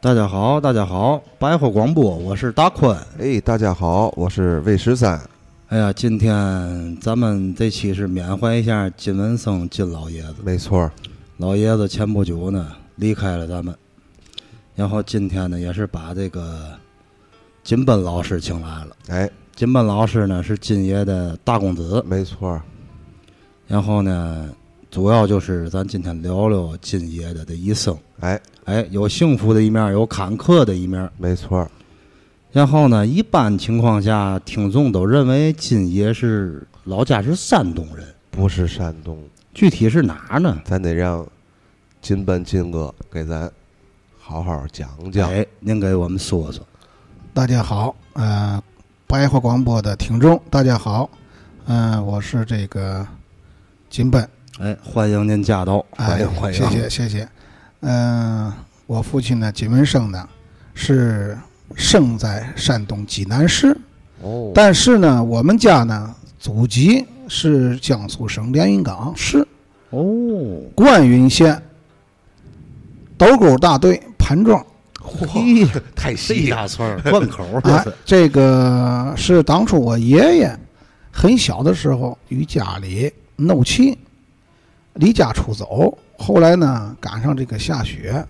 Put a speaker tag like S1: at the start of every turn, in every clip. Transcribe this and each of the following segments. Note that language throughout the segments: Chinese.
S1: 大家好，大家好，白话广播，我是大坤。
S2: 哎，大家好，我是魏十三。
S1: 哎呀，今天咱们这期是缅怀一下金文生金老爷子。
S2: 没错儿，
S1: 老爷子前不久呢离开了咱们，然后今天呢也是把这个金奔老师请来了。
S2: 哎，
S1: 金奔老师呢是金爷的大公子，
S2: 没错儿，
S1: 然后呢主要就是咱今天聊聊金爷的这一生。
S2: 哎，
S1: 哎，有幸福的一面，有坎坷的一面。
S2: 没错儿，
S1: 然后呢，一般情况下，听众都认为金爷是老家是山东人，
S2: 不是山东，
S1: 具体是哪儿呢？
S2: 咱得让金奔金哥给咱好好讲讲。
S1: 哎，您给我们说说。
S3: 大家好，呃，白话广播的听众，大家好，嗯、我是这个金奔，
S1: 哎，欢迎您驾到，欢
S3: 哎
S1: 迎欢迎。
S3: 谢谢谢谢，嗯、我父亲呢，金文生呢，是生在山东济南市，
S2: 哦，
S3: 但是呢，我们家呢，祖籍是江苏省连云港市
S1: 哦，
S3: 灌云县斗沟大队潘庄。
S1: 嘿，这
S2: 太
S1: 一
S2: 细了，
S1: 大串儿贯口 儿，
S3: 啊
S1: 这是，
S3: 这个是当初我爷爷很小的时候与家里闹气，离家出走。后来呢，赶上这个下雪，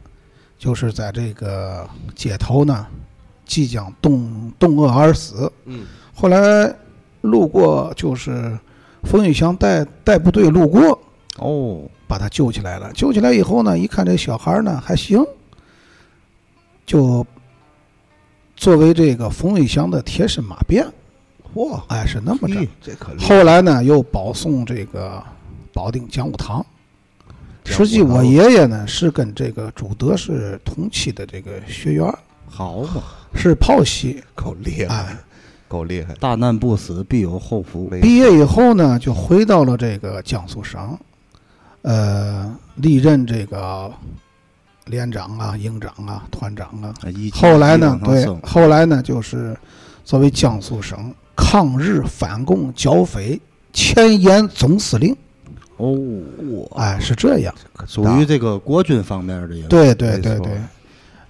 S3: 就是在这个街头呢，即将冻冻饿而死。
S2: 嗯，
S3: 后来路过就是冯玉祥带带部队路过，
S1: 哦，
S3: 把他救起来了。救起来以后呢，一看这小孩呢还行，就作为这个冯玉祥的贴身马鞭，
S2: 嚯，
S3: 哎，是那么着。
S2: 这可厉害
S3: 后来呢，又保送这个保定讲武堂。
S2: 讲武堂
S3: 实际我爷爷呢是跟这个朱德是同期的这个学员，
S1: 好嘛，
S3: 是炮系。
S2: 够厉害
S3: 哎，，
S2: 够厉害。
S1: 大难不死必有后福。
S2: 没
S3: 毕业以后呢，就回到了这个江苏省，呃，历任这个连长啊、营长啊、团长啊，
S1: 哎一级
S3: 后来
S1: 一，级往
S3: 呢
S1: 上
S3: 对
S1: 升，
S3: 后来呢，就是作为江苏省抗日反共剿匪前沿总司令，
S1: 哦，
S3: 哎，是这样。
S2: 这可
S1: 属
S2: 大
S1: 于这个国军方面的也是，
S3: 对对
S2: 没
S3: 对
S2: 错
S3: 对，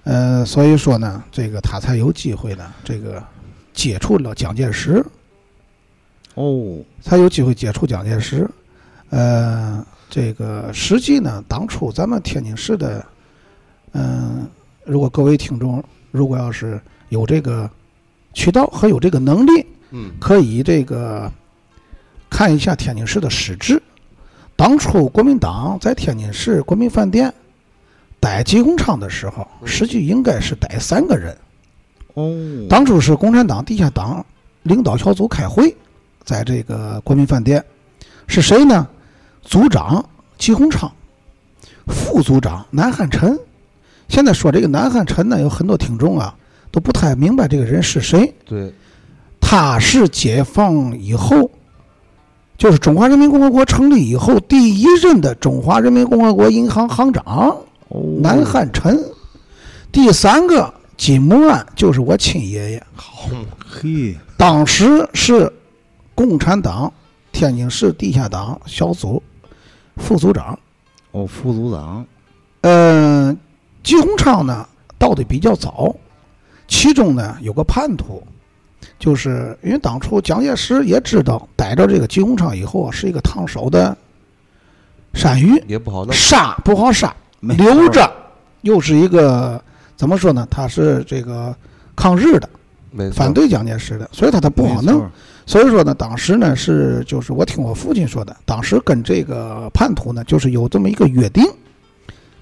S3: 呃，所以说呢，这个他才有机会呢，这个接触了蒋介石，
S1: 哦，
S3: 才有机会接触蒋介石。呃，这个实际呢，当初咱们天津市的，嗯、如果各位听众如果要是有这个渠道和有这个能力，
S2: 嗯，
S3: 可以这个看一下天津市的史志。当初国民党在天津市国民饭店逮季公昌的时候，实际应该是逮三个人。
S1: 哦，
S3: 当初是共产党地下党领导小组开会，在这个国民饭店，是谁呢？组长季鸿昌，副组长南汉宸。现在说这个南汉宸呢，有很多听众啊都不太明白这个人是谁。
S2: 对，
S3: 他是解放以后，就是中华人民共和国成立以后第一任的中华人民共和国银行行长
S1: 哦
S3: 南汉宸。第三个金木安就是我亲爷爷，
S1: 嘿，
S3: 当时是共产党天津市地下党小组副组长。
S1: 哦，副组长，
S3: 嗯，季鸿昌呢到的比较早，其中呢有个叛徒，就是因为当初蒋介石也知道逮着这个季鸿昌以后啊是一个烫手的山芋，
S2: 也不好弄。
S3: 杀不好杀，
S1: 没
S3: 留着又是一个怎么说呢？他是这个抗日的，
S2: 没错，
S3: 反对蒋介石的，所以他他不好
S1: 没
S3: 弄
S1: 错。
S3: 所以说呢，当时呢是就是我听我父亲说的，当时跟这个叛徒呢就是有这么一个约定，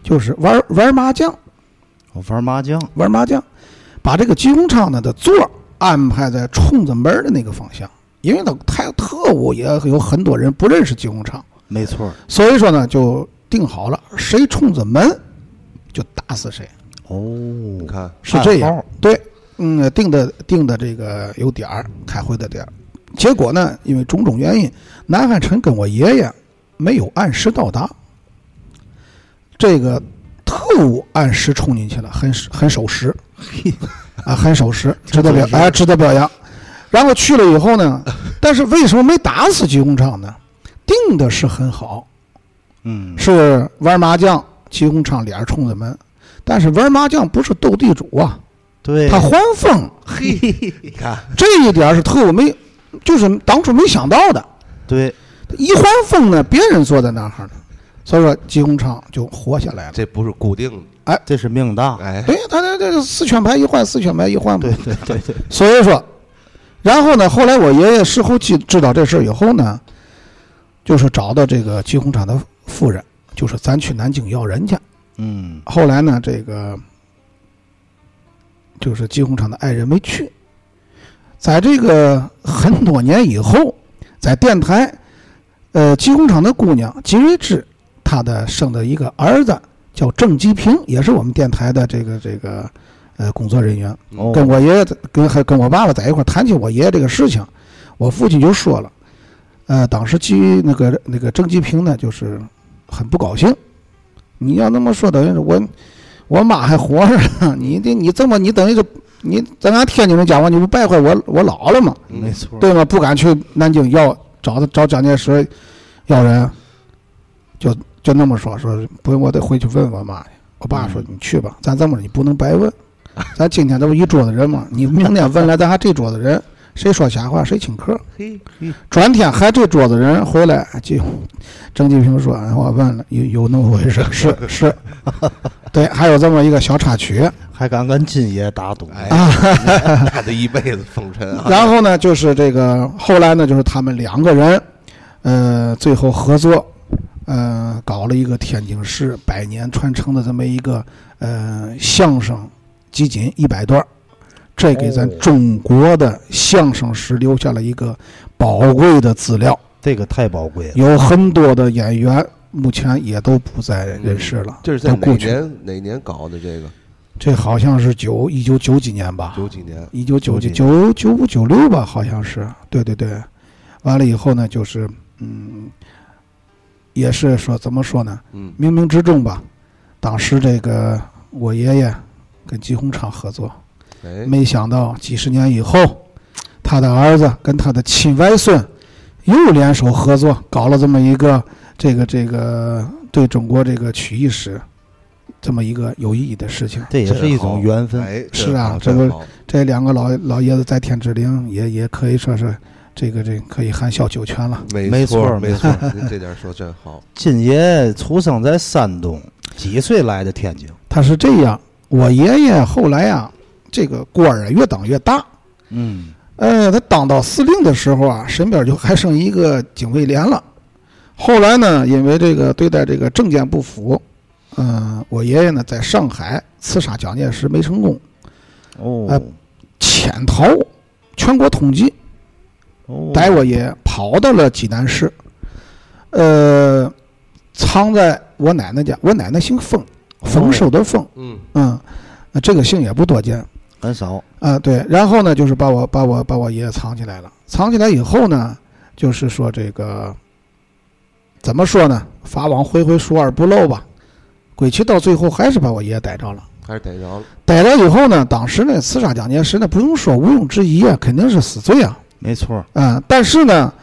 S3: 就是玩玩麻将，
S1: 我玩麻将，
S3: 玩麻将，把这个金鸿昌呢的座儿安排在冲着门儿的那个方向，因为他太特务也有很多人不认识金鸿昌，
S1: 没错。
S3: 所以说呢就定好了，谁冲着门就打死谁，
S1: 哦，
S2: 你看，
S3: 是这
S1: 暗
S3: 样
S1: 号。
S3: 对，嗯，定的定的这个有点儿，开会的点儿。结果呢，因为种种原因，南汉宸跟我爷爷没有按时到达，这个特务按时冲进去了，很很守时，啊，很 守时，值得表哎，值得表扬。然后去了以后 呢，但是为什么没打死季鸿昌呢？定的是很好，
S1: 嗯，
S3: 是玩麻将，季鸿昌脸儿冲着门，但是玩麻将不是斗地主啊，
S4: 对，
S3: 他还风，
S4: 嘿，
S2: 你看，
S3: 这一点是特我没，就是当初没想到的。
S4: 对，
S3: 一还风呢，别人坐在那儿呢，所以说金鸿昌就活下来了。
S2: 这不是固定的，
S1: 这是命大，
S2: 哎，
S3: 对，他这这四圈牌一换，四圈牌一换嘛。
S4: 对对对对，
S3: 所以说，然后呢，后来我爷爷事后知知道这事儿以后呢，就是找到这个金红厂的夫人，就是咱去南京要人去。
S1: 嗯，
S3: 后来呢，这个就是金红厂的爱人没去，在这个很多年以后，在电台，呃，金红厂的姑娘吉瑞芝，她的生的一个儿子叫郑吉平，也是我们电台的这个这个呃工作人员。
S1: 哦，
S3: 跟我爷爷跟还跟我爸爸在一块儿谈起我爷爷这个事情，我父亲就说了，呃，当时基于那个那个郑吉平呢，就是很不高兴。你要那么说，等于是我我妈还活着呢，你这你这么你等于是你咱俺天津人讲话，你不败坏我我姥姥吗？
S2: 嗯
S1: 没错，
S3: 对吗？不敢去南京要找他找蒋介石要人，就就那么说说，不用我得回去问我妈去。我爸
S4: 嗯
S3: 说你去吧，咱这么着你不能白问，咱今天这不一桌子人嘛， 你明天问来咱还这桌子人，谁说瞎话谁请客。
S4: 嘿，
S3: 转天还这桌子人回来，就郑继平说，哎我问了有有那么回事，是是，对，还有这么一个小插曲，
S1: 还敢跟金爷打赌，
S2: 哎，他的一辈子风尘啊，
S3: 然后呢，就是这个后来呢，就是他们两个人，呃，最后合作，呃，搞了一个天津市百年传承的这么一个呃相声集锦一百段儿这给咱
S1: 哦
S3: 中国的相声史留下了一个宝贵的资料。
S1: 这个太宝贵了，
S3: 有很多的演员目前也都不在人世了，
S2: 这是在
S3: 都
S2: 哪
S3: 过去了。
S2: 年哪年搞的这个？
S3: 这好像是九一九九几年吧？
S2: 九几年，
S3: 一九九九九五九六吧，好像是，对对对。完了以后呢，就是嗯，也是说怎么说呢，
S2: 嗯，
S3: 冥冥之中吧，当时这个我爷爷跟吉鸿昌合作，
S2: 哎，
S3: 没想到几十年以后，他的儿子跟他的亲外孙又联手合作，搞了这么一个这个这个对中国这个曲艺史这么一个有意义的事情。
S1: 这也是一种缘分，
S2: 哎，
S3: 是啊
S2: 真
S3: 这
S2: 好
S3: 个这两个老老爷子在天之灵也也可以说是这个这个可以含笑九泉了。
S2: 真
S1: 没
S2: 好没
S1: 错
S2: 错
S1: 没
S2: 没错，您这点说真好，
S1: 金爷出生在山东，几岁来的天津？
S3: 他是这样，我爷爷后来啊，这个官儿啊越当越大，
S1: 嗯，
S3: 呃，他当到司令的时候啊，身边就还剩一个警卫连了。后来呢，因为这个对待这个政见不符，嗯、我爷爷呢在上海刺杀蒋介石没成功，
S1: 哦
S3: 哎，潜逃，全国通缉，
S1: 哦
S3: 逮我爷跑到了济南市，呃，藏在我奶奶家。我奶奶姓丰，丰收的丰，
S2: 嗯，
S3: 嗯，呃这个姓也不多见
S1: 很少，
S3: 啊。对，然后呢，就是把我把我把我爷爷藏起来了。藏起来以后呢，就是说这个怎么说呢？法网恢恢，疏而不漏吧。鬼气到最后还是把我爷爷逮着了。
S2: 还是逮着了，
S3: 逮着以后呢，当时呢，刺杀蒋介石那不用说，毋庸置疑啊，肯定是死罪啊。
S1: 没错，
S3: 嗯，但是呢，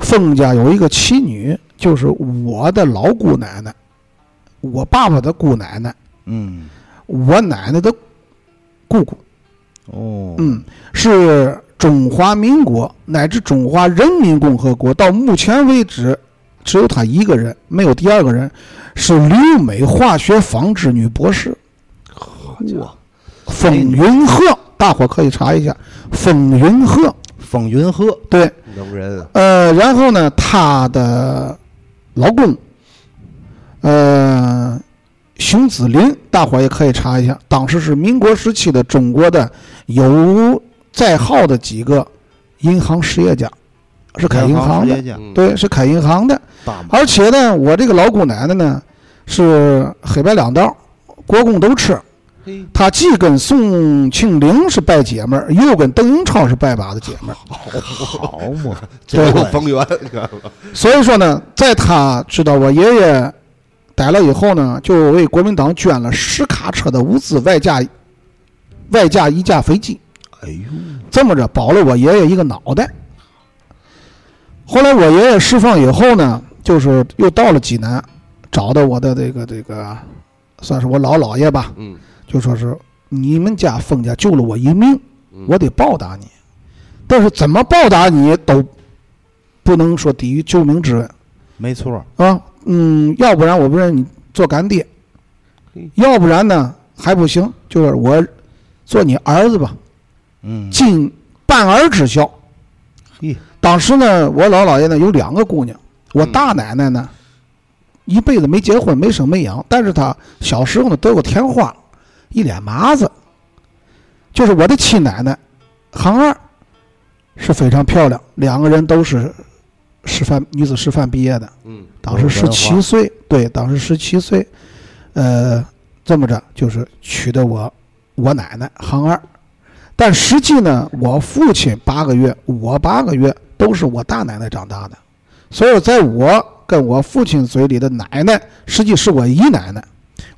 S3: 凤家有一个妻女，就是我的老姑奶奶，我爸爸的姑奶奶，
S1: 嗯，
S3: 我奶奶的姑姑，
S1: 哦，
S3: 嗯，是中华民国乃至中华人民共和国到目前为止，只有她一个人，没有第二个人，是留美化学纺织女博士，
S2: 哇，
S3: 风云鹤，大伙可以查一下，风云鹤，
S1: 风云鹤，
S3: 对，
S2: 能人啊，
S3: 呃，然后呢，她的老公，呃，熊子林，大伙儿也可以查一下，当时是民国时期的中国的有在号的几个银行实业家，是开银行
S1: 实
S3: 的，
S1: 业家，
S2: 嗯，
S3: 对，是开银行的。
S1: 大妈，
S3: 而且呢，我这个老姑奶奶呢，是黑白两道，国共都吃。
S2: 嘿，
S3: 她既跟宋庆龄是拜姐们儿，又跟邓颖超是拜把子姐们儿。
S1: 好 嘛，
S2: 左右
S1: 对
S2: 逢源，你看吧，
S3: 所以说呢，在他知道我爷爷逮了以后呢，就为国民党捐了十卡车的物资，外加外加一架飞机，
S1: 哎呦，
S3: 这么着保了我爷爷一个脑袋。后来我爷爷释放以后呢，就是又到了济南，找到我的这个这个算是我老姥爷吧，
S2: 嗯
S3: 就说是你们家封家救了我一命，
S2: 嗯
S3: 我得报答你。但是怎么报答你都不能说抵御救命之恩
S1: 没错儿，
S3: 啊，嗯，要不然我不认你做干爹
S2: 嗯，
S3: 要不然呢还不行，就是我做你儿子吧，
S1: 嗯，
S3: 尽半儿之孝。
S1: 嘿，
S3: 当时呢，我老姥爷呢有两个姑娘，我
S2: 嗯
S3: 大奶奶呢一辈子没结婚，没生没养，但是她小时候呢得过天花，一脸麻子。就是我的亲奶奶，行二是非常漂亮，两个人都是师范女子师范毕业的，
S2: 嗯
S3: 当时
S1: 有
S3: 十
S1: 文化
S3: 七岁，对，当时十七岁，呃，这么着就是娶的我我奶奶行二，但实际呢，我父亲八个月，我八个月都是我大奶奶长大的，所以在我跟我父亲嘴里的奶奶，实际是我姨奶奶，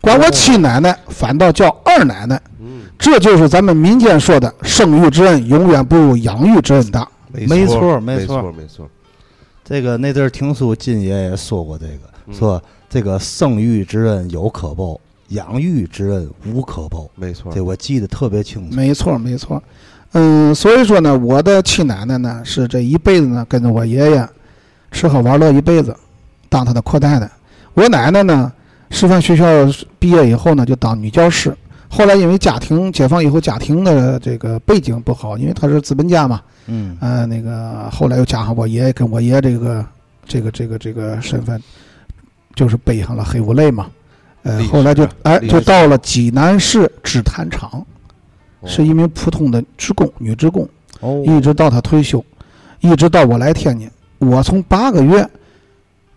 S3: 管我亲奶奶反倒叫二奶奶，
S2: 嗯，
S3: 这就是咱们民间说的生育之恩永远不如养育之恩大。
S1: 没
S2: 错
S1: 错
S2: 儿
S1: 儿没
S2: 没
S1: 错儿
S2: 错儿没错儿，
S1: 这个那阵儿听书金爷也说过这个，
S2: 嗯
S1: 说这个生育之恩有可报，养育之恩无可报。
S2: 没错
S1: 这
S2: 儿，
S1: 我记得特别清楚。
S3: 没错，没错。嗯，所以说呢，我的亲奶奶呢，是这一辈子呢跟着我爷爷吃喝玩乐一辈子，当他的阔太太。我奶奶呢，师范学校毕业以后呢，就当女教师。后来因为家庭解放以后，家庭的这个背景不好，因为她是资本家嘛，
S1: 嗯，
S3: 呃，那个后来又加上我爷爷跟我爷这个这个这个这个身份，就是背上了黑五类嘛。呃
S2: 历，史
S3: 后来就
S2: 啊
S3: 哎
S2: 历
S3: 就
S2: 史哦
S3: 到了济南市制炭厂，是一名普通的职工，女职工，
S1: 哦
S3: 一直到她退休，一直到我来天津。我从八个月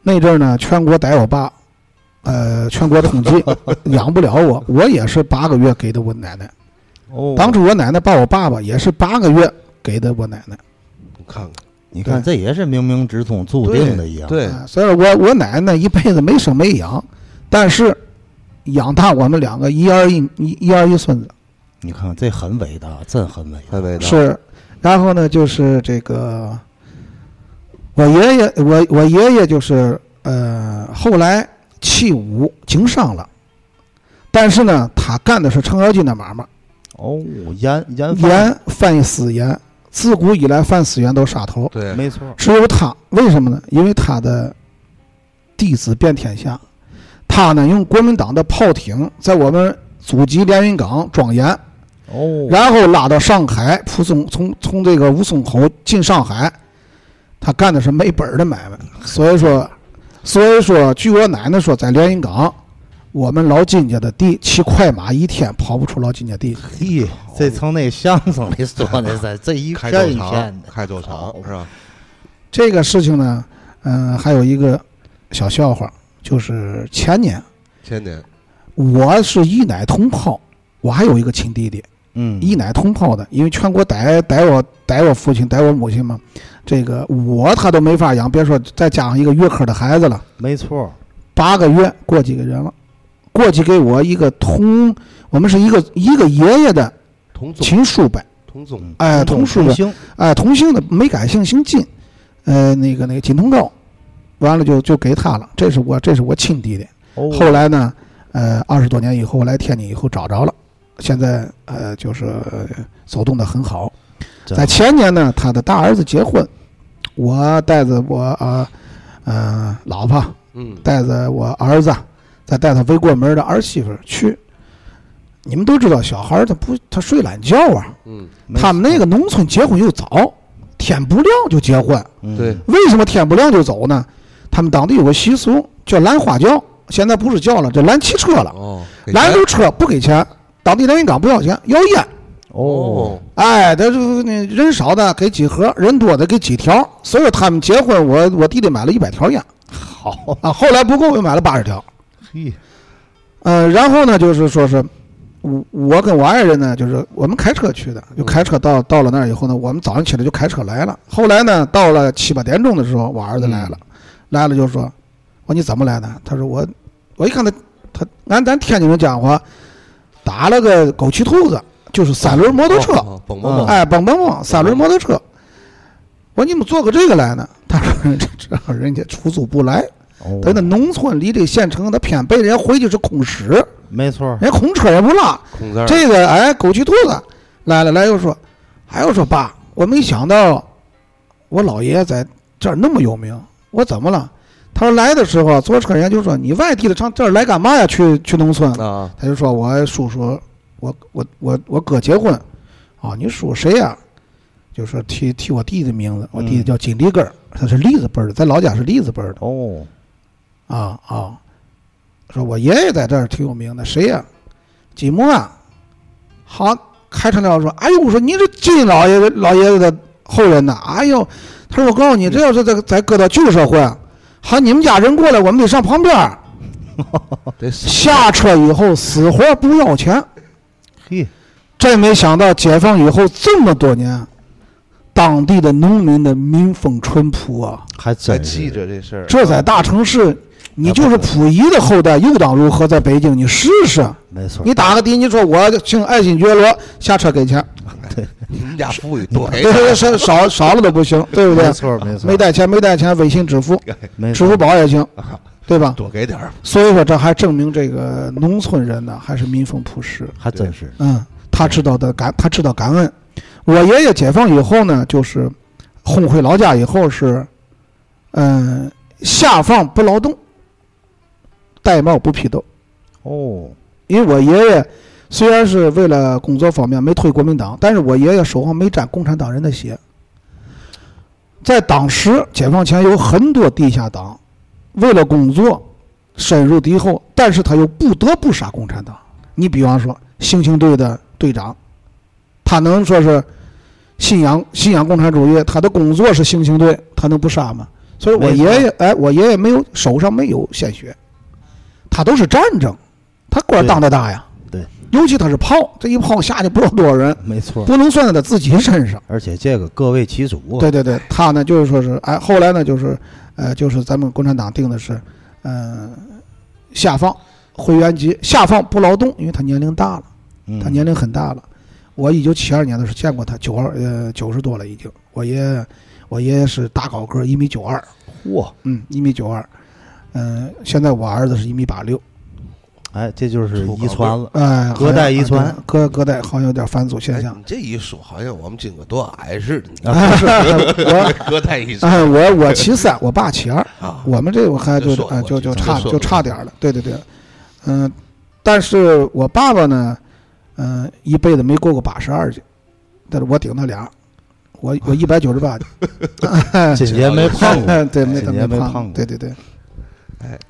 S3: 那阵儿呢，全国逮我爸，呃，全国统 计养不了我，我也是八个月给的我奶奶。
S1: 哦，
S3: 当初我奶奶抱我爸爸也是八个月给的我奶奶。
S2: 你看看，
S1: 你看这也是冥冥之中注定的一样。
S2: 对，
S3: 啊，所以我我奶奶一辈子没生没养，但是养大我们两个一儿一一一儿一孙子
S1: 你看这很伟大，真很伟大。
S2: 太伟大，
S3: 是，然后呢就是这个我爷爷我我爷爷就是呃后来弃武经商了，但是呢他干的是程咬金的买卖，
S1: 哦，盐盐饭
S3: 盐贩私盐，自古以来贩私盐都杀头，
S2: 对，
S1: 没错儿。
S3: 只有他，为什么呢？因为他的弟子遍天下，他呢用国民党的炮艇在我们祖籍连云港装盐，
S1: 哦，
S3: 然后拉到上海，蒲松从从这个吴淞口进上海，他干的是没本儿的买卖。所以说，所以说，据我奶奶说，在连云港，我们老金家的地骑快马一天跑不出老金家地。
S1: 嘿，这从那相声里说的， 这这一
S2: 开酒
S1: 片一片
S2: 厂，
S1: 的。
S2: 开酒厂
S1: 好
S2: 是吧？
S3: 这个事情呢，嗯、还有一个小笑话，就是前年。
S2: 千年，
S3: 我是一奶同胞，我还有一个亲弟弟，
S1: 嗯，
S3: 一奶同胞的，因为全国逮逮我逮我父亲逮我母亲嘛，这个我他都没法养，别说再加上一个月科的孩子了，
S1: 没错儿。
S3: 八个月过继给人了，过继给我一个同，我们是一个一个爷爷的
S2: 同宗
S3: 亲叔伯，
S2: 同宗，
S3: 哎，同叔
S1: 属
S3: 伯，
S1: 性，
S3: 哎，同姓的没改姓，姓金，呃，那个那个金同高，完了就就给他了，这是我这是我亲弟弟。
S1: 哦
S3: 后来呢，呃，二十多年以后，我来天津以后找着了，现在呃就是呃走动的很好。
S1: 真
S3: 在前年呢，他的大儿子结婚，我带着我啊呃老婆，
S2: 嗯，
S3: 带着我儿子，再带他未过门的儿媳妇儿去。你们都知道，小孩儿他不他睡懒觉啊，
S2: 嗯，
S1: 没
S3: 他们那
S1: 错
S3: 个农村结婚又早，天不亮就结婚。
S1: 嗯
S2: 对
S3: 为什么天不亮就走呢？他们当地有个习俗叫拦花轿，现在不是轿了，这拦汽车了。
S2: 哦，给
S3: 拦
S2: 钱
S3: 路车不给钱，当地连云港不要钱，要烟。
S1: 哦，，
S3: 哎，他就那人少的给几盒，人多的给几条。所以他们结婚，我我弟弟买了一百条烟
S1: 好，
S3: 啊，后来不够又买了八十条。
S1: 嘿，
S3: 呃，然后呢，就是说是我我跟我爱人呢，就是我们开车去的，
S2: 嗯
S3: 就开车到到了那儿以后呢，我们早上起来就开车来了。后来呢，到了七八点钟的时候，我儿子
S2: 嗯
S3: 来了，来了就说：“我说你怎么来的？”他说：“我我一看他他按咱天津人讲话，打了个狗骑兔子，就是三轮摩托车，
S2: 哦，哦蹦蹦蹦，
S3: 哎，蹦蹦蹦，三轮摩托车。”我说：“你们坐个这个来呢？”他说：“这这让人家出租不来。”
S1: 哦
S3: 他那农村离这个县城它偏北，人家回去是空使，人
S1: 没错儿，
S3: 家空车也不拉。
S2: 空字儿，
S3: 这个哎，狗去兔子来了来又说，还又说爸，我没想到我老爷爷在这儿那么有名，我怎么了？他说来的时候坐车人家就说你外地的上这儿来干嘛呀？去去农村？
S2: 啊，
S3: 他就说我叔叔，我我我我哥结婚，啊，你叔谁呀、就说提提我弟的名字，我弟
S1: 嗯
S3: 叫金立根儿，他是栗子辈儿的，在老家是栗子辈儿的。
S1: 哦，
S3: 啊啊，说我爷爷在这儿挺有名的，谁呀、几木啊？好，开场料说，哎呦，我说你是金老爷老爷子的后人呐，哎呦，他说我告诉你，这要是在在搁到旧社会，啊好，你们家人过来，我们得上旁边儿哦
S2: 得死
S3: 下车以后死活不要钱。
S1: 嘿，
S3: 真没想到解放以后这么多年，当地的农民的民风淳朴啊，
S1: 还
S2: 还
S1: 真
S2: 记
S1: 是
S2: 着这事儿，
S3: 这在大城市，你就是溥仪的后代，又当如何？在北京，你试试。啊
S1: 没错儿，
S3: 你打个的，你说我姓爱新觉罗，下车给钱，
S2: 你们家富裕多，
S3: 少少少了都不行，对不对啊
S1: 没？错儿没错儿，
S3: 没带钱，没带钱，微信支付、
S1: 没
S3: 支
S1: 错
S3: 付
S1: 儿，
S3: 宝也行，对吧？
S2: 多给点儿，
S3: 所以说，这还证明这个农村人呢，还是民风朴实。
S1: 还真是
S3: 嗯，他知道的感，他知道感恩。我爷爷解放以后呢，就是轰回老家以后是，嗯、下放不劳动，戴帽不批斗。
S1: 哦，
S3: 因为我爷爷虽然是为了工作方面没退国民党，但是我爷爷手上没沾共产党人的血。在当时解放前，有很多地下党为了工作深入敌后，但是他又不得不杀共产党。你比方说，刑警队的队长，他能说是信仰信仰共产主义，他的工作是刑警队，他能不杀吗？所以我
S1: 没错
S3: 爷爷，哎，我爷爷没有手上没有鲜血，他都是战争，他官儿当的大呀。
S1: 对，
S3: 尤其他是炮，这一炮下去不知道多少人，
S1: 没错儿，
S3: 不能算在他自己身上。
S1: 而且这个各为其主，啊
S3: 对，对对，他呢就是说是，哎，后来呢就是，呃，就是咱们共产党定的是，嗯、下放会员级，下放不劳动，因为他年龄大了，
S1: 嗯
S3: 他年龄很大了。我一九七二年的时候见过他，九二呃九十多了已经。我爷爷，我爷爷是大高个，一米九二，
S1: 嚯，
S3: 嗯，一米九二，嗯，现在我儿子是一米八六，
S1: 哎，这就是
S2: 出口
S1: 遗传了，
S3: 哎，好像
S1: 隔代遗传
S3: 啊对隔隔代好像有点返祖现
S2: 哎，
S3: 象
S2: 你。这一说，好像我们金哥多矮似的，
S3: 哎，我
S2: 隔代一说
S3: 哎，我我其三，我爸其二，
S2: 啊，
S3: 我们这我还就
S2: 就说
S3: 啊就
S2: 就
S3: 就差
S2: 就说
S3: 就差点儿了，对对对，嗯、但是我爸爸呢，嗯、一辈子没过过八十二斤，但是我顶他俩，我我一百九十八 斤，
S1: 金爷没胖过，
S3: 对，没
S1: 这
S3: 他
S1: 年没胖
S3: 胖，
S1: 过
S3: 对对对，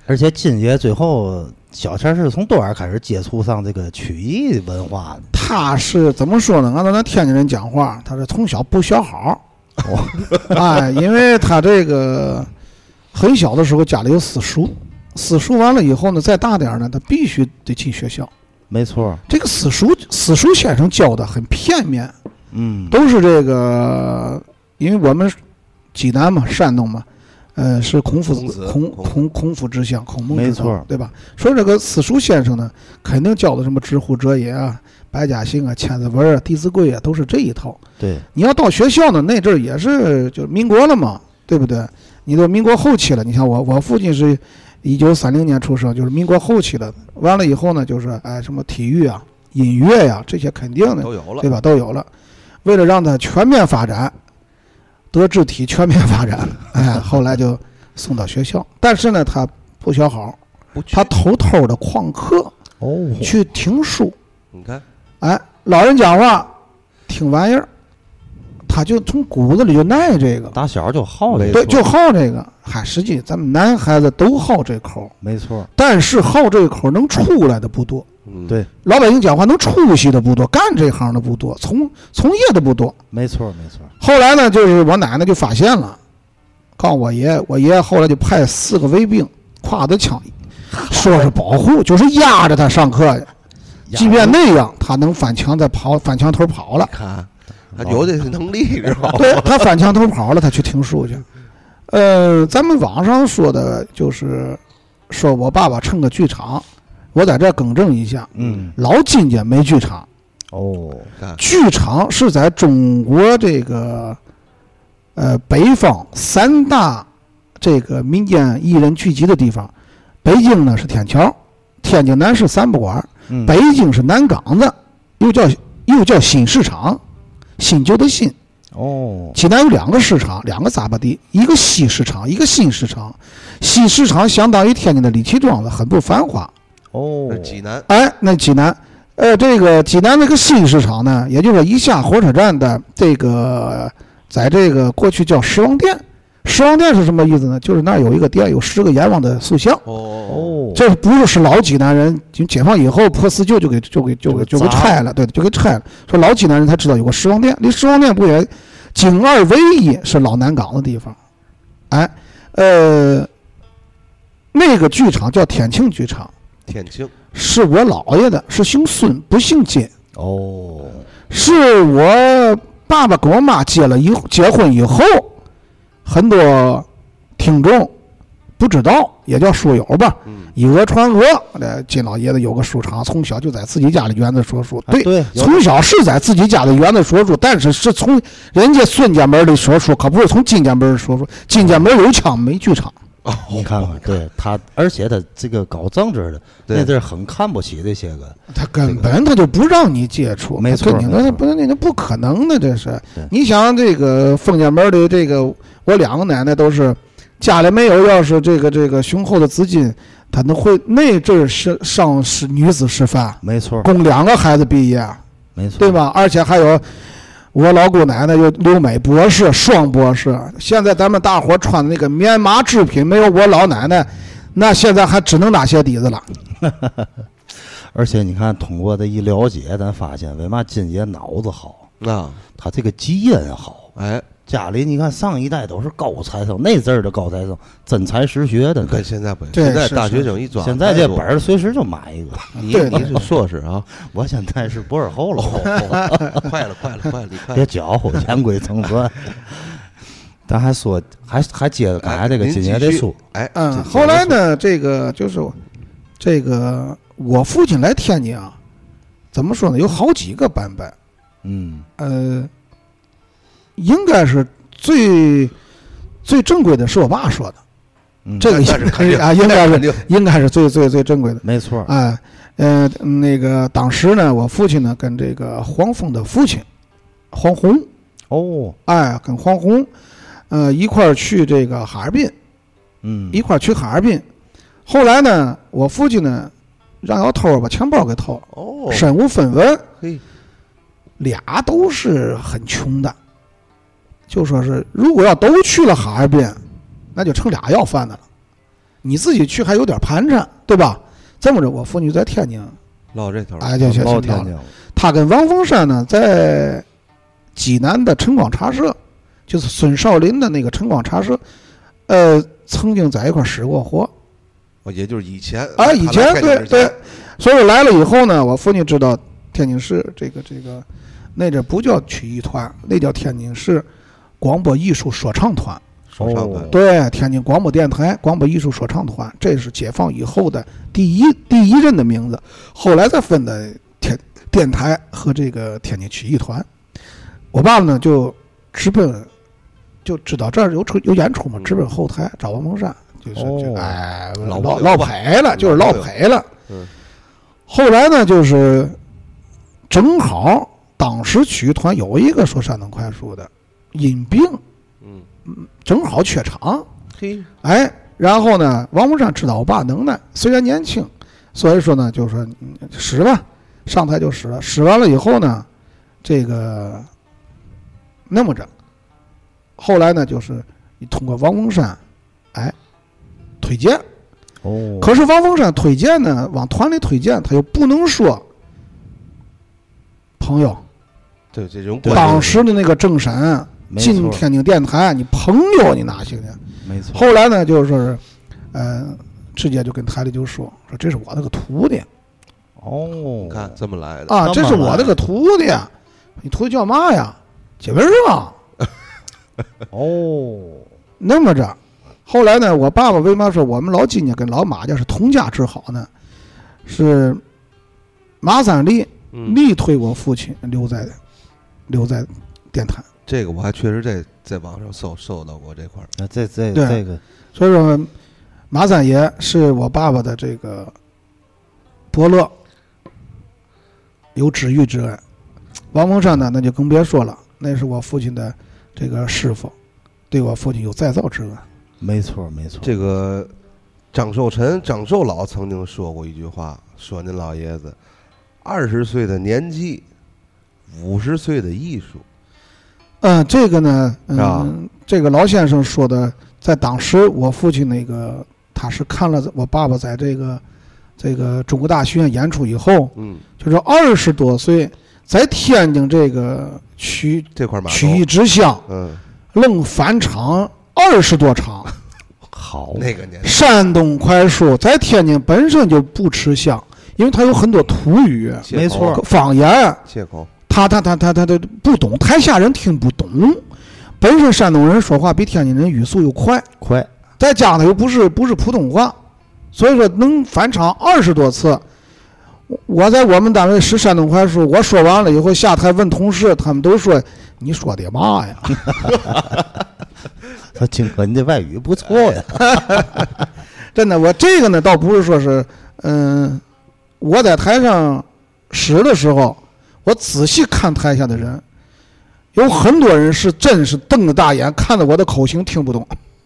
S1: 而且金爷最后小钱是从多少开始接触上这个曲艺文化的？
S3: 他是怎么说呢？按照咱天津人讲话，他是从小不学好，
S1: 哦，
S3: 哎，因为他这个很小的时候家里有私塾，私塾完了以后呢，再大点儿呢，他必须得进学校。
S1: 没错儿，
S3: 这个私塾私塾先生教的很片面，
S1: 嗯，
S3: 都是这个，因为我们济南嘛，山东嘛，呃，是孔夫
S2: 孔子
S3: 孔
S2: 孔
S3: 孔孔夫之乡，孔孟
S1: 没
S3: 之道
S1: 错
S3: 对吧？说这个私塾先生呢，肯定教的什么知乎者也啊、百家姓啊、千字文啊、弟子规啊，都是这一套。
S1: 对，
S3: 你要到学校呢，那阵儿也是就是民国了嘛，对不对？你都民国后期了，你像我，我父亲是一九三零年出生，就是民国后期的。完了以后呢，就是哎什么体育啊、音乐呀、这些肯定的，
S2: 都有了
S3: 对，吧？都有了。为了让它全面发展，德智体全面发展， 哎，后来就送到学校。但是呢，他不学好，
S2: 不去
S3: 他偷偷的旷课
S1: 哦，
S3: 去听书，
S2: 你看
S3: 哎，老人讲话听玩意儿，他就从骨子里就耐这个，
S1: 打小就好这个，
S3: 对，就好这个。嗨，实际咱们男孩子都好这口，
S1: 没错儿，
S3: 但是好这口能出来的不多。
S2: 嗯
S1: 对，
S3: 老百姓讲话能出息的不多，干这行的不多，从从业的不多。
S1: 没错儿，没错儿，
S3: 后来呢，就是我奶奶就发现了，告诉我爷，我爷后来就派四个卫兵挎着枪，说是保护，就是压着他上课去。即便那样，他能翻墙再跑，翻墙头跑了。
S2: 看他有这 能力是吧？
S3: 对他翻墙头跑了，他去听书去。呃，咱们网上说的就是，说我爸爸趁个剧场，我在这儿更正一下，
S1: 嗯，
S3: 老金家没剧场，
S1: 哦，
S2: 看
S3: 剧场是在中国这个呃北方三大这个民间艺人聚集的地方。北京呢是天桥，天津南市三不管，
S1: 嗯
S3: 北京是南岗子，又叫又叫新市场，新旧的新。
S1: 哦，
S3: 济南有两个市场，两个杂巴地，一个西市场，一个新市场。西市场相当于天津的李齐庄子，很不繁华。
S1: 哦
S2: 是，济南，
S3: 哎，那济南，呃，这个济南那个新市场呢，也就是一下火车站的这个，在这个过去叫十王殿。十王殿是什么意思呢？就是那儿有一个店，有十个阎王的塑像。
S2: 哦
S1: 哦，
S3: 这不是是老济南人，就解放以后破四旧就给就给就给
S1: 就
S3: 就给
S1: 给
S3: 拆了，对，就给拆了。说老济南人才知道有个石王店，离石王店不远，井二唯一是老南岗的地方。哎，呃，那个剧场叫天庆剧场，
S2: 天庆，
S3: 是我姥爷的，是姓孙不姓金，
S1: 哦，
S3: 是我爸爸跟我妈结了以后结婚以后，很多听众不知道，也叫书友吧，
S2: 嗯，
S3: 以讹传讹，那金老爷子有个书场，从小就在自己家里园子说书。
S1: 啊对有
S3: 从小是在自己家的园子说书，但是是从人家孙家门儿里说书，可不是从金家门儿里说书。金家门儿有腔没剧场，
S1: 你看看，对他，而且他这个搞政治的，
S2: 对
S1: 那阵儿很看不起这些个，
S3: 他根本他就不让你接触。
S1: 没错
S3: 他跟你
S1: 没
S3: 那
S1: 错
S3: 不是那那不可能的，这是
S1: 对。
S3: 你想这个封家门儿里这个，我两个奶奶都是家里没有，要是这个这个雄厚的资金，他能会那阵儿是上是女子师范，
S1: 没错儿，
S3: 供两个孩子毕业。
S1: 没错，
S3: 对？吧？而且还有我老姑奶奶有留美博士、双博士。现在咱们大伙儿穿的那个棉麻制品，没有我老奶奶，那现在还只能打鞋底子了。
S1: 而且你看，通过这一了解，咱发现为嘛金爷脑子好，
S2: 那
S1: 他这个基因好。
S2: 哎，
S1: 家里你看上一代都是高材生，那阵儿的高材生真才实学的，
S2: 跟现在不一样，
S3: 对
S2: 现在
S3: 是
S2: 大
S3: 是
S2: 学生一抓，
S1: 现在这本，儿随时就买一个。
S2: 你
S3: 对对
S2: 你是硕士啊，
S1: 我现在是博尔后了，
S2: 哦快了快了快了，你 快
S1: 别搅和，言归正传。 咱还说，哎还还接着刚才这个金爷这书，，
S2: 哎您继续，
S3: 嗯，
S2: 哎
S3: 后来？呢，这个就是我这个我父亲来天津啊，怎么说呢？有好几个版本，
S1: 嗯，
S3: 呃，应该是最最正规的是我爸说的，
S1: 嗯
S3: 这个
S2: 那是肯定
S3: 啊，应该
S2: 那肯
S3: 是
S2: 定
S3: 应该是最最最正规的。
S1: 没错儿，
S3: 啊，呃，那个当时呢，我父亲呢跟这个黄蜂的父亲黄宏，
S1: 哦，
S3: 哎，跟黄宏，呃，一块儿去这个哈尔滨，
S1: 嗯，
S3: 一块儿去哈尔滨。后来呢，我父亲呢让小偷儿把钱包给偷了，
S2: 哦，
S3: 身无分文，
S2: 嘿，
S3: 俩都是很穷的，就说是如果要都去了哈尔滨，那就成俩要饭的了。你自己去还有点盘缠，对吧？这么着，我父亲就在天津，
S2: 唠这头儿，
S3: 哎，就就
S1: 老
S3: 就
S1: 天
S3: 到了
S1: 津。了，
S3: 他跟王凤山呢，在济南的晨光茶社，就是孙少林的那个晨光茶社，呃，曾经在一块儿使过活。
S2: 哦也就是以前
S3: 啊以前
S2: 看来
S3: 对
S2: 看见之前
S3: 所以来了以后呢，我父亲知道天津市这个这个，那阵不叫曲艺团，那叫天津市广播艺术说唱团。
S2: 说唱的
S1: 哦
S3: 对，天津广播电台广播艺术说唱团，这是解放以后的第一第一任的名字，后来再分的天电台和这个天津曲艺团。我爸爸呢就直奔，就知道这儿有出有演出嘛，直奔后台找王蒙山，就是就
S1: 哦
S3: 哎
S2: 老
S3: 落
S2: 朋友
S3: 落
S2: 吧
S3: 赔了，就是
S2: 嗯老
S3: 落
S2: 朋友
S3: 赔了。
S2: 嗯
S3: 后来呢，就是正好当时曲艺团有一个说山东快书的因病，
S2: 嗯，
S3: 正好缺场。
S2: 嘿，
S3: 哎，然后呢，王洪山知道我爸能耐，虽然年轻，所以说呢，就说嗯使吧，上台就使了。使完了以后呢，这个那么着，后来呢，就是你通过王洪山，哎，推荐。
S1: 哦，
S3: 可是王洪山推荐呢，往团里推荐，他又不能说朋友。
S2: 对这种
S1: 对
S3: 当时的那个政审
S1: 没
S3: 进
S1: 错儿，
S3: 天津电台，你朋友你哪行去？
S1: 没错儿，
S3: 后来呢，就是说是，呃，直接就跟台里就说说这是我那个徒弟
S1: 哦
S2: 你，看这么来的，
S3: 啊，
S1: 这
S3: 这
S1: 么
S3: 是我那个徒弟，啊你徒弟叫嘛呀？解文啊，
S1: 哦，
S3: 那么着。后来呢，我爸爸为嘛说我们老金家跟老马家是同家之好呢？是马三立
S2: 嗯
S3: 力推我父亲留在留在电台，
S2: 这个我还确实在在网上搜搜到过这块儿，
S1: 啊，这这
S3: 对
S1: 这个
S3: 所以说，马三爷是我爸爸的这个伯乐，有知遇之恩。王凤山呢，那就更别说了，那是我父亲的这个师傅，对我父亲有再造之恩。
S1: 没错没错，
S2: 这个张寿臣、张寿老曾经说过一句话，说您老爷子二十岁的年纪，五十岁的艺术。
S3: 嗯，这个呢，嗯，
S2: 啊
S3: 这个老先生说的，在当时我父亲那个，他是看了我爸爸在这个这个中国大剧院演出以后，
S2: 嗯，
S3: 就是二十多岁，在天津这个曲
S2: 这块儿码头
S3: 曲，艺之乡，
S2: 嗯，
S3: 愣返场二十多场。
S1: 好
S2: 那个年代，
S3: 山东快书在天津本身就不吃香，因为它有很多土语、
S2: 借口
S1: 没错，
S3: 方言，
S2: 借口
S3: 他他他他他他不懂，台下人听不懂。本身山东人说话比天津人语速又快，
S1: 快，
S3: 再加上又不是不是普通话，所以说能返场二十多次。我我在我们单位使山东快书，我说完了以后下台问同事，他们都说你说的嘛呀？
S1: 他金哥你这外语不错呀，
S3: 真的，我这个呢，倒不是说是，嗯，我在台上使的时候，我仔细看台下的人，有很多人是真是瞪着大眼看着我的口型听不懂。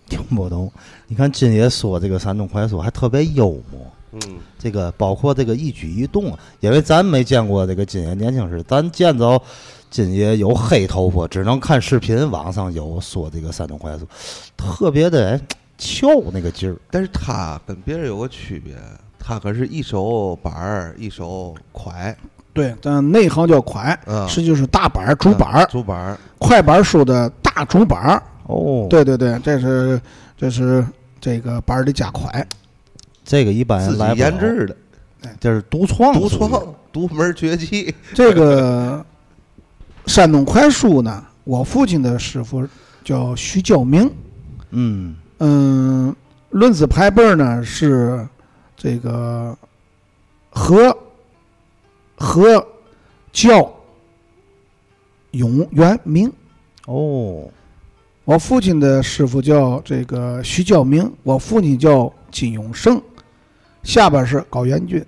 S1: 听不懂。你看金爷说这个山东快说还特别幽默，
S2: 嗯，
S1: 这个包括这个一举一动啊，因为咱没见过这个金爷年轻时，咱见着金爷有黑头发，只能看视频，网上有说这个山东快速，特别的哎翘那个劲儿，
S2: 但是他跟别人有个区别，他可是一手板儿，一手快，
S3: 对，但内行叫快，
S2: 嗯，
S3: 实际是大板儿、竹板儿、
S2: 竹板儿，
S3: 快板儿说的大竹板儿。
S1: 哦，
S3: 对对对，这是这是这个板儿的加快。
S1: 这个一般人
S2: 自己
S1: 哎来不
S2: 研
S1: 了，
S2: 制的，
S1: 这是独创，
S2: 独创，独门绝技，
S3: 这个山东快书呢，我父亲的师傅叫徐教明。
S1: 嗯，
S3: 嗯，论资排辈儿呢是这个和和教永元明。
S1: 哦，
S3: 我父亲的师傅叫这个徐教明，我父亲叫金永胜，下边是高元俊。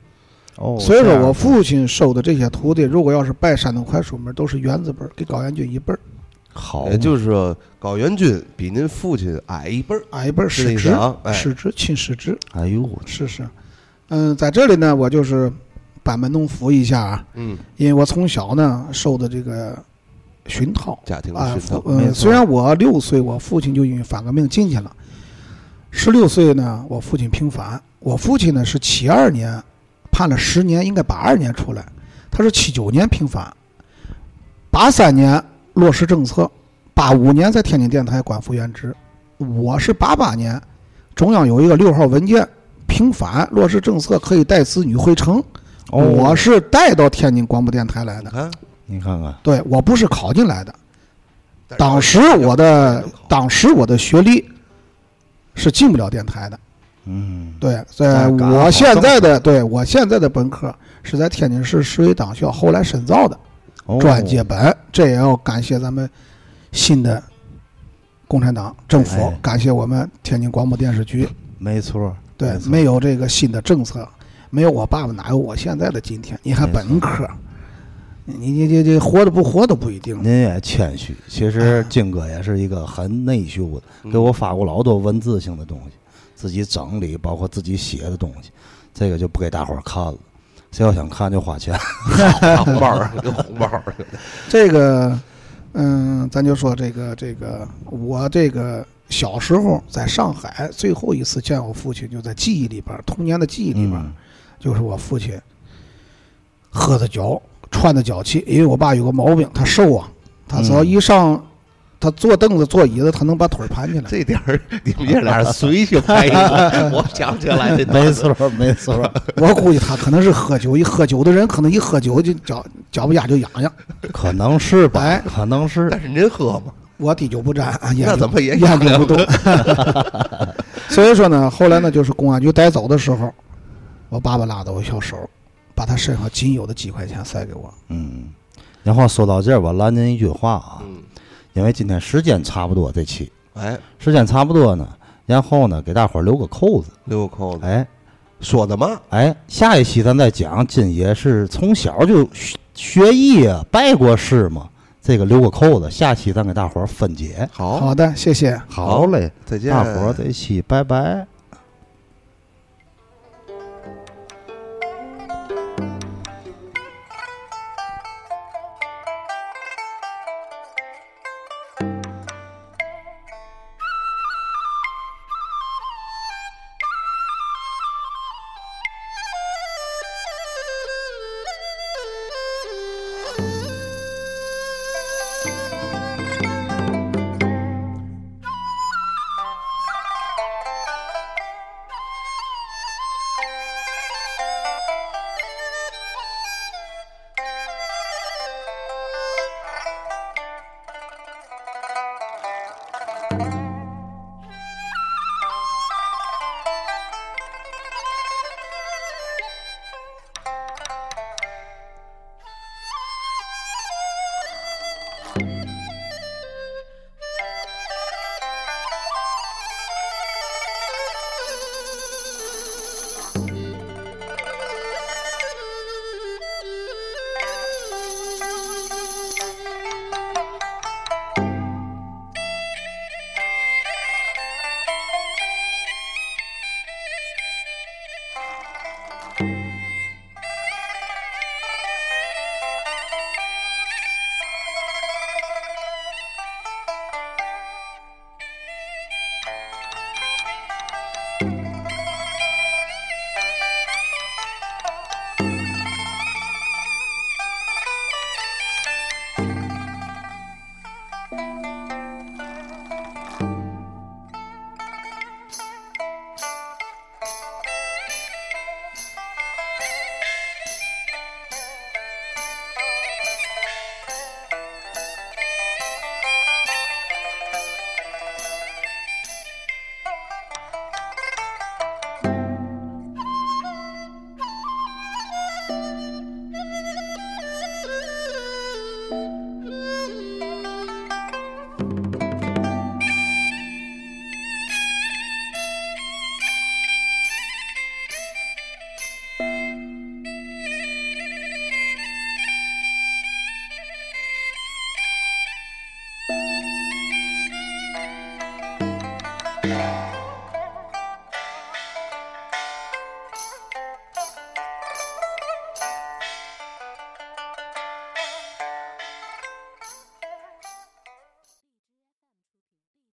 S1: 哦，
S3: 所以
S1: 这
S3: 说
S1: 样
S3: 我父亲收的这些徒弟，如果要是拜山东快书门，都是元字辈儿，给高元俊一辈儿，
S1: 好，
S2: 也哎就是说高元君比您父亲矮一辈儿，
S3: 矮一辈儿
S2: 是这
S3: 师
S2: 意
S3: 侄
S2: 思，啊？哎，
S3: 师侄亲师侄。
S1: 哎呦，
S3: 是是，嗯，在这里呢，我就是班门弄斧一下啊，
S2: 嗯，
S3: 因为我从小呢受的这个熏陶
S2: 家庭
S3: 啊
S2: 的，熏陶，
S1: 没
S3: 嗯，
S1: 错
S3: 虽然我六岁，我父亲就因为反革命进去了，十六岁呢，我父亲平反，我父亲呢是七二年判了十年，应该八二年出来，他是七九年平反，八三年落实政策，八五年在天津电台官复原职，我是八八年，中央有一个六号文件。平反落实政策可以带子女回城，
S1: 哦，
S3: 我是带到天津广播电台来
S2: 你
S3: 的，
S2: 看，
S1: 你看看，
S3: 对我不是考进来的，
S2: 但是
S3: 当时我的当时我的学历是进不了电台的，
S1: 嗯，
S3: 对，
S1: 那
S3: 在
S1: 赶上
S3: 我
S1: 好
S3: 现
S1: 挣
S3: 在的对我现在的本科是在天津市市委党校后来深造的
S1: 哦
S3: 专接本，这也要感谢咱们新的共产党政府
S1: 哎，
S3: 感谢我们天津广播电视局，
S1: 没错，
S3: 对，
S1: 错
S3: 没有这个新的政策，没有我爸爸哪有我现在的今天？你还
S1: 没错
S3: 本科，你你你你活的不活都不一定。
S1: 您也谦虚，其实金哥也是一个很内秀
S2: 嗯
S1: 的，给 我发过老多文字性的东西，自己整理，包括自己写的东西，这个就不给大伙儿看了。谁要想看就花钱，
S2: 大红包儿，一个红包儿，
S3: 这个，嗯，咱就说这个这个，我这个小时候在上海最后一次见我父亲，就在记忆里边儿，童年的记忆里边儿，
S1: 嗯
S3: 就是我父亲喝的酒，穿的脚气，因为我爸有个毛病，他瘦啊，他只要一上。他坐凳子、坐椅子，他能把腿儿盘起来。
S2: 这点儿你们爷俩随 性拍一个，我想起来这
S1: 没错没错，
S3: 我估计他可能是喝酒，一喝酒的人可能一喝酒就脚脚不丫就痒痒。
S1: 可能是吧
S3: 哎，
S1: 可能是
S2: 但是您喝吗？
S3: 我滴酒不沾，啊，烟
S2: 那
S3: 酒
S2: 怎么也
S3: 烟
S2: 养
S3: 酒 不动？所以说呢，后来呢，就是公安局带走的时候，我爸爸拉着我小手，把他身上仅有的几块钱塞给我。
S1: 嗯。然后说到这儿，我拦您一句话啊，
S2: 嗯，
S1: 因为今天时间差不多，这期
S2: 哎，
S1: 时间差不多呢，然后呢给大伙儿留个扣子，
S2: 留个扣子，
S1: 哎
S2: 说的嘛，
S1: 哎，下一期咱再讲金爷是从小就学学艺啊，拜过师嘛，这个留个扣子，下期咱给大伙儿分解。
S2: 好，
S3: 好的，谢谢。
S1: 好嘞，
S2: 再见，
S1: 大伙儿在一起，拜拜。
S4: Thank you.